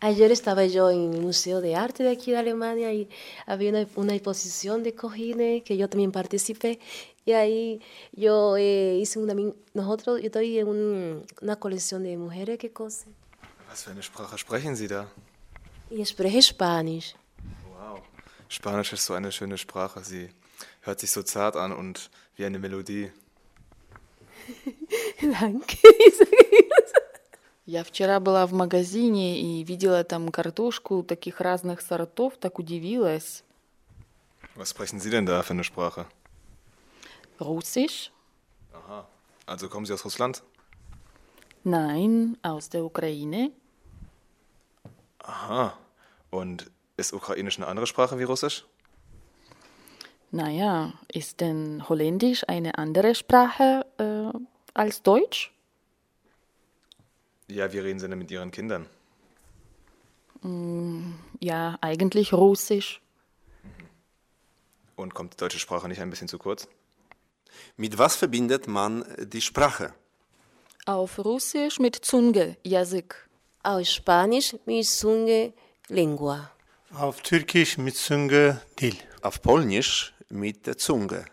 Ayer estaba yo en el Museo de Arte de aquí de Alemania y había una, una exposición de cojines que yo también participé. Y ahí yo eh, hice una... min- Nosotros, yo estoy en un- una colección de mujeres que cosen. Was für eine Sprache sprechen Sie da? Y spreche Spanisch. Wow. Spanisch ist so eine schöne Sprache. Sie hört sich so zart an und wie eine Melodie. Danke. Я вчера была в магазине и видела там картошку таких разных сортов, так удивилась. Was sprechen Sie denn da für eine Sprache? Russisch? Aha. Also kommen Sie aus Russland? Nein, aus der Ukraine. Aha. Und ist Ukrainisch eine andere Sprache wie Russisch? Naja, ist denn Holländisch eine andere Sprache äh, als Deutsch? Ja, wie reden Sie denn mit Ihren Kindern? Ja, eigentlich Russisch. Und kommt die deutsche Sprache nicht ein bisschen zu kurz? Mit was verbindet man äh, die Sprache? Auf Russisch mit Zunge, Язык. Aus Spanisch mi sunge lengua. Auf Türkisch mit Zunge Dil. Auf Polnisch mit der Zunge.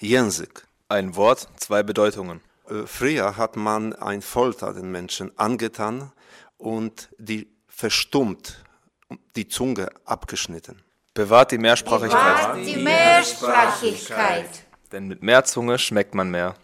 Język. Ein Wort, zwei Bedeutungen. Äh, Früher hat man ein Folter den Menschen angetan und die verstummt, die Zunge abgeschnitten. Bewahrt die Mehrsprachigkeit. die Mehrsprachigkeit. Denn mit mehr Zunge schmeckt man mehr.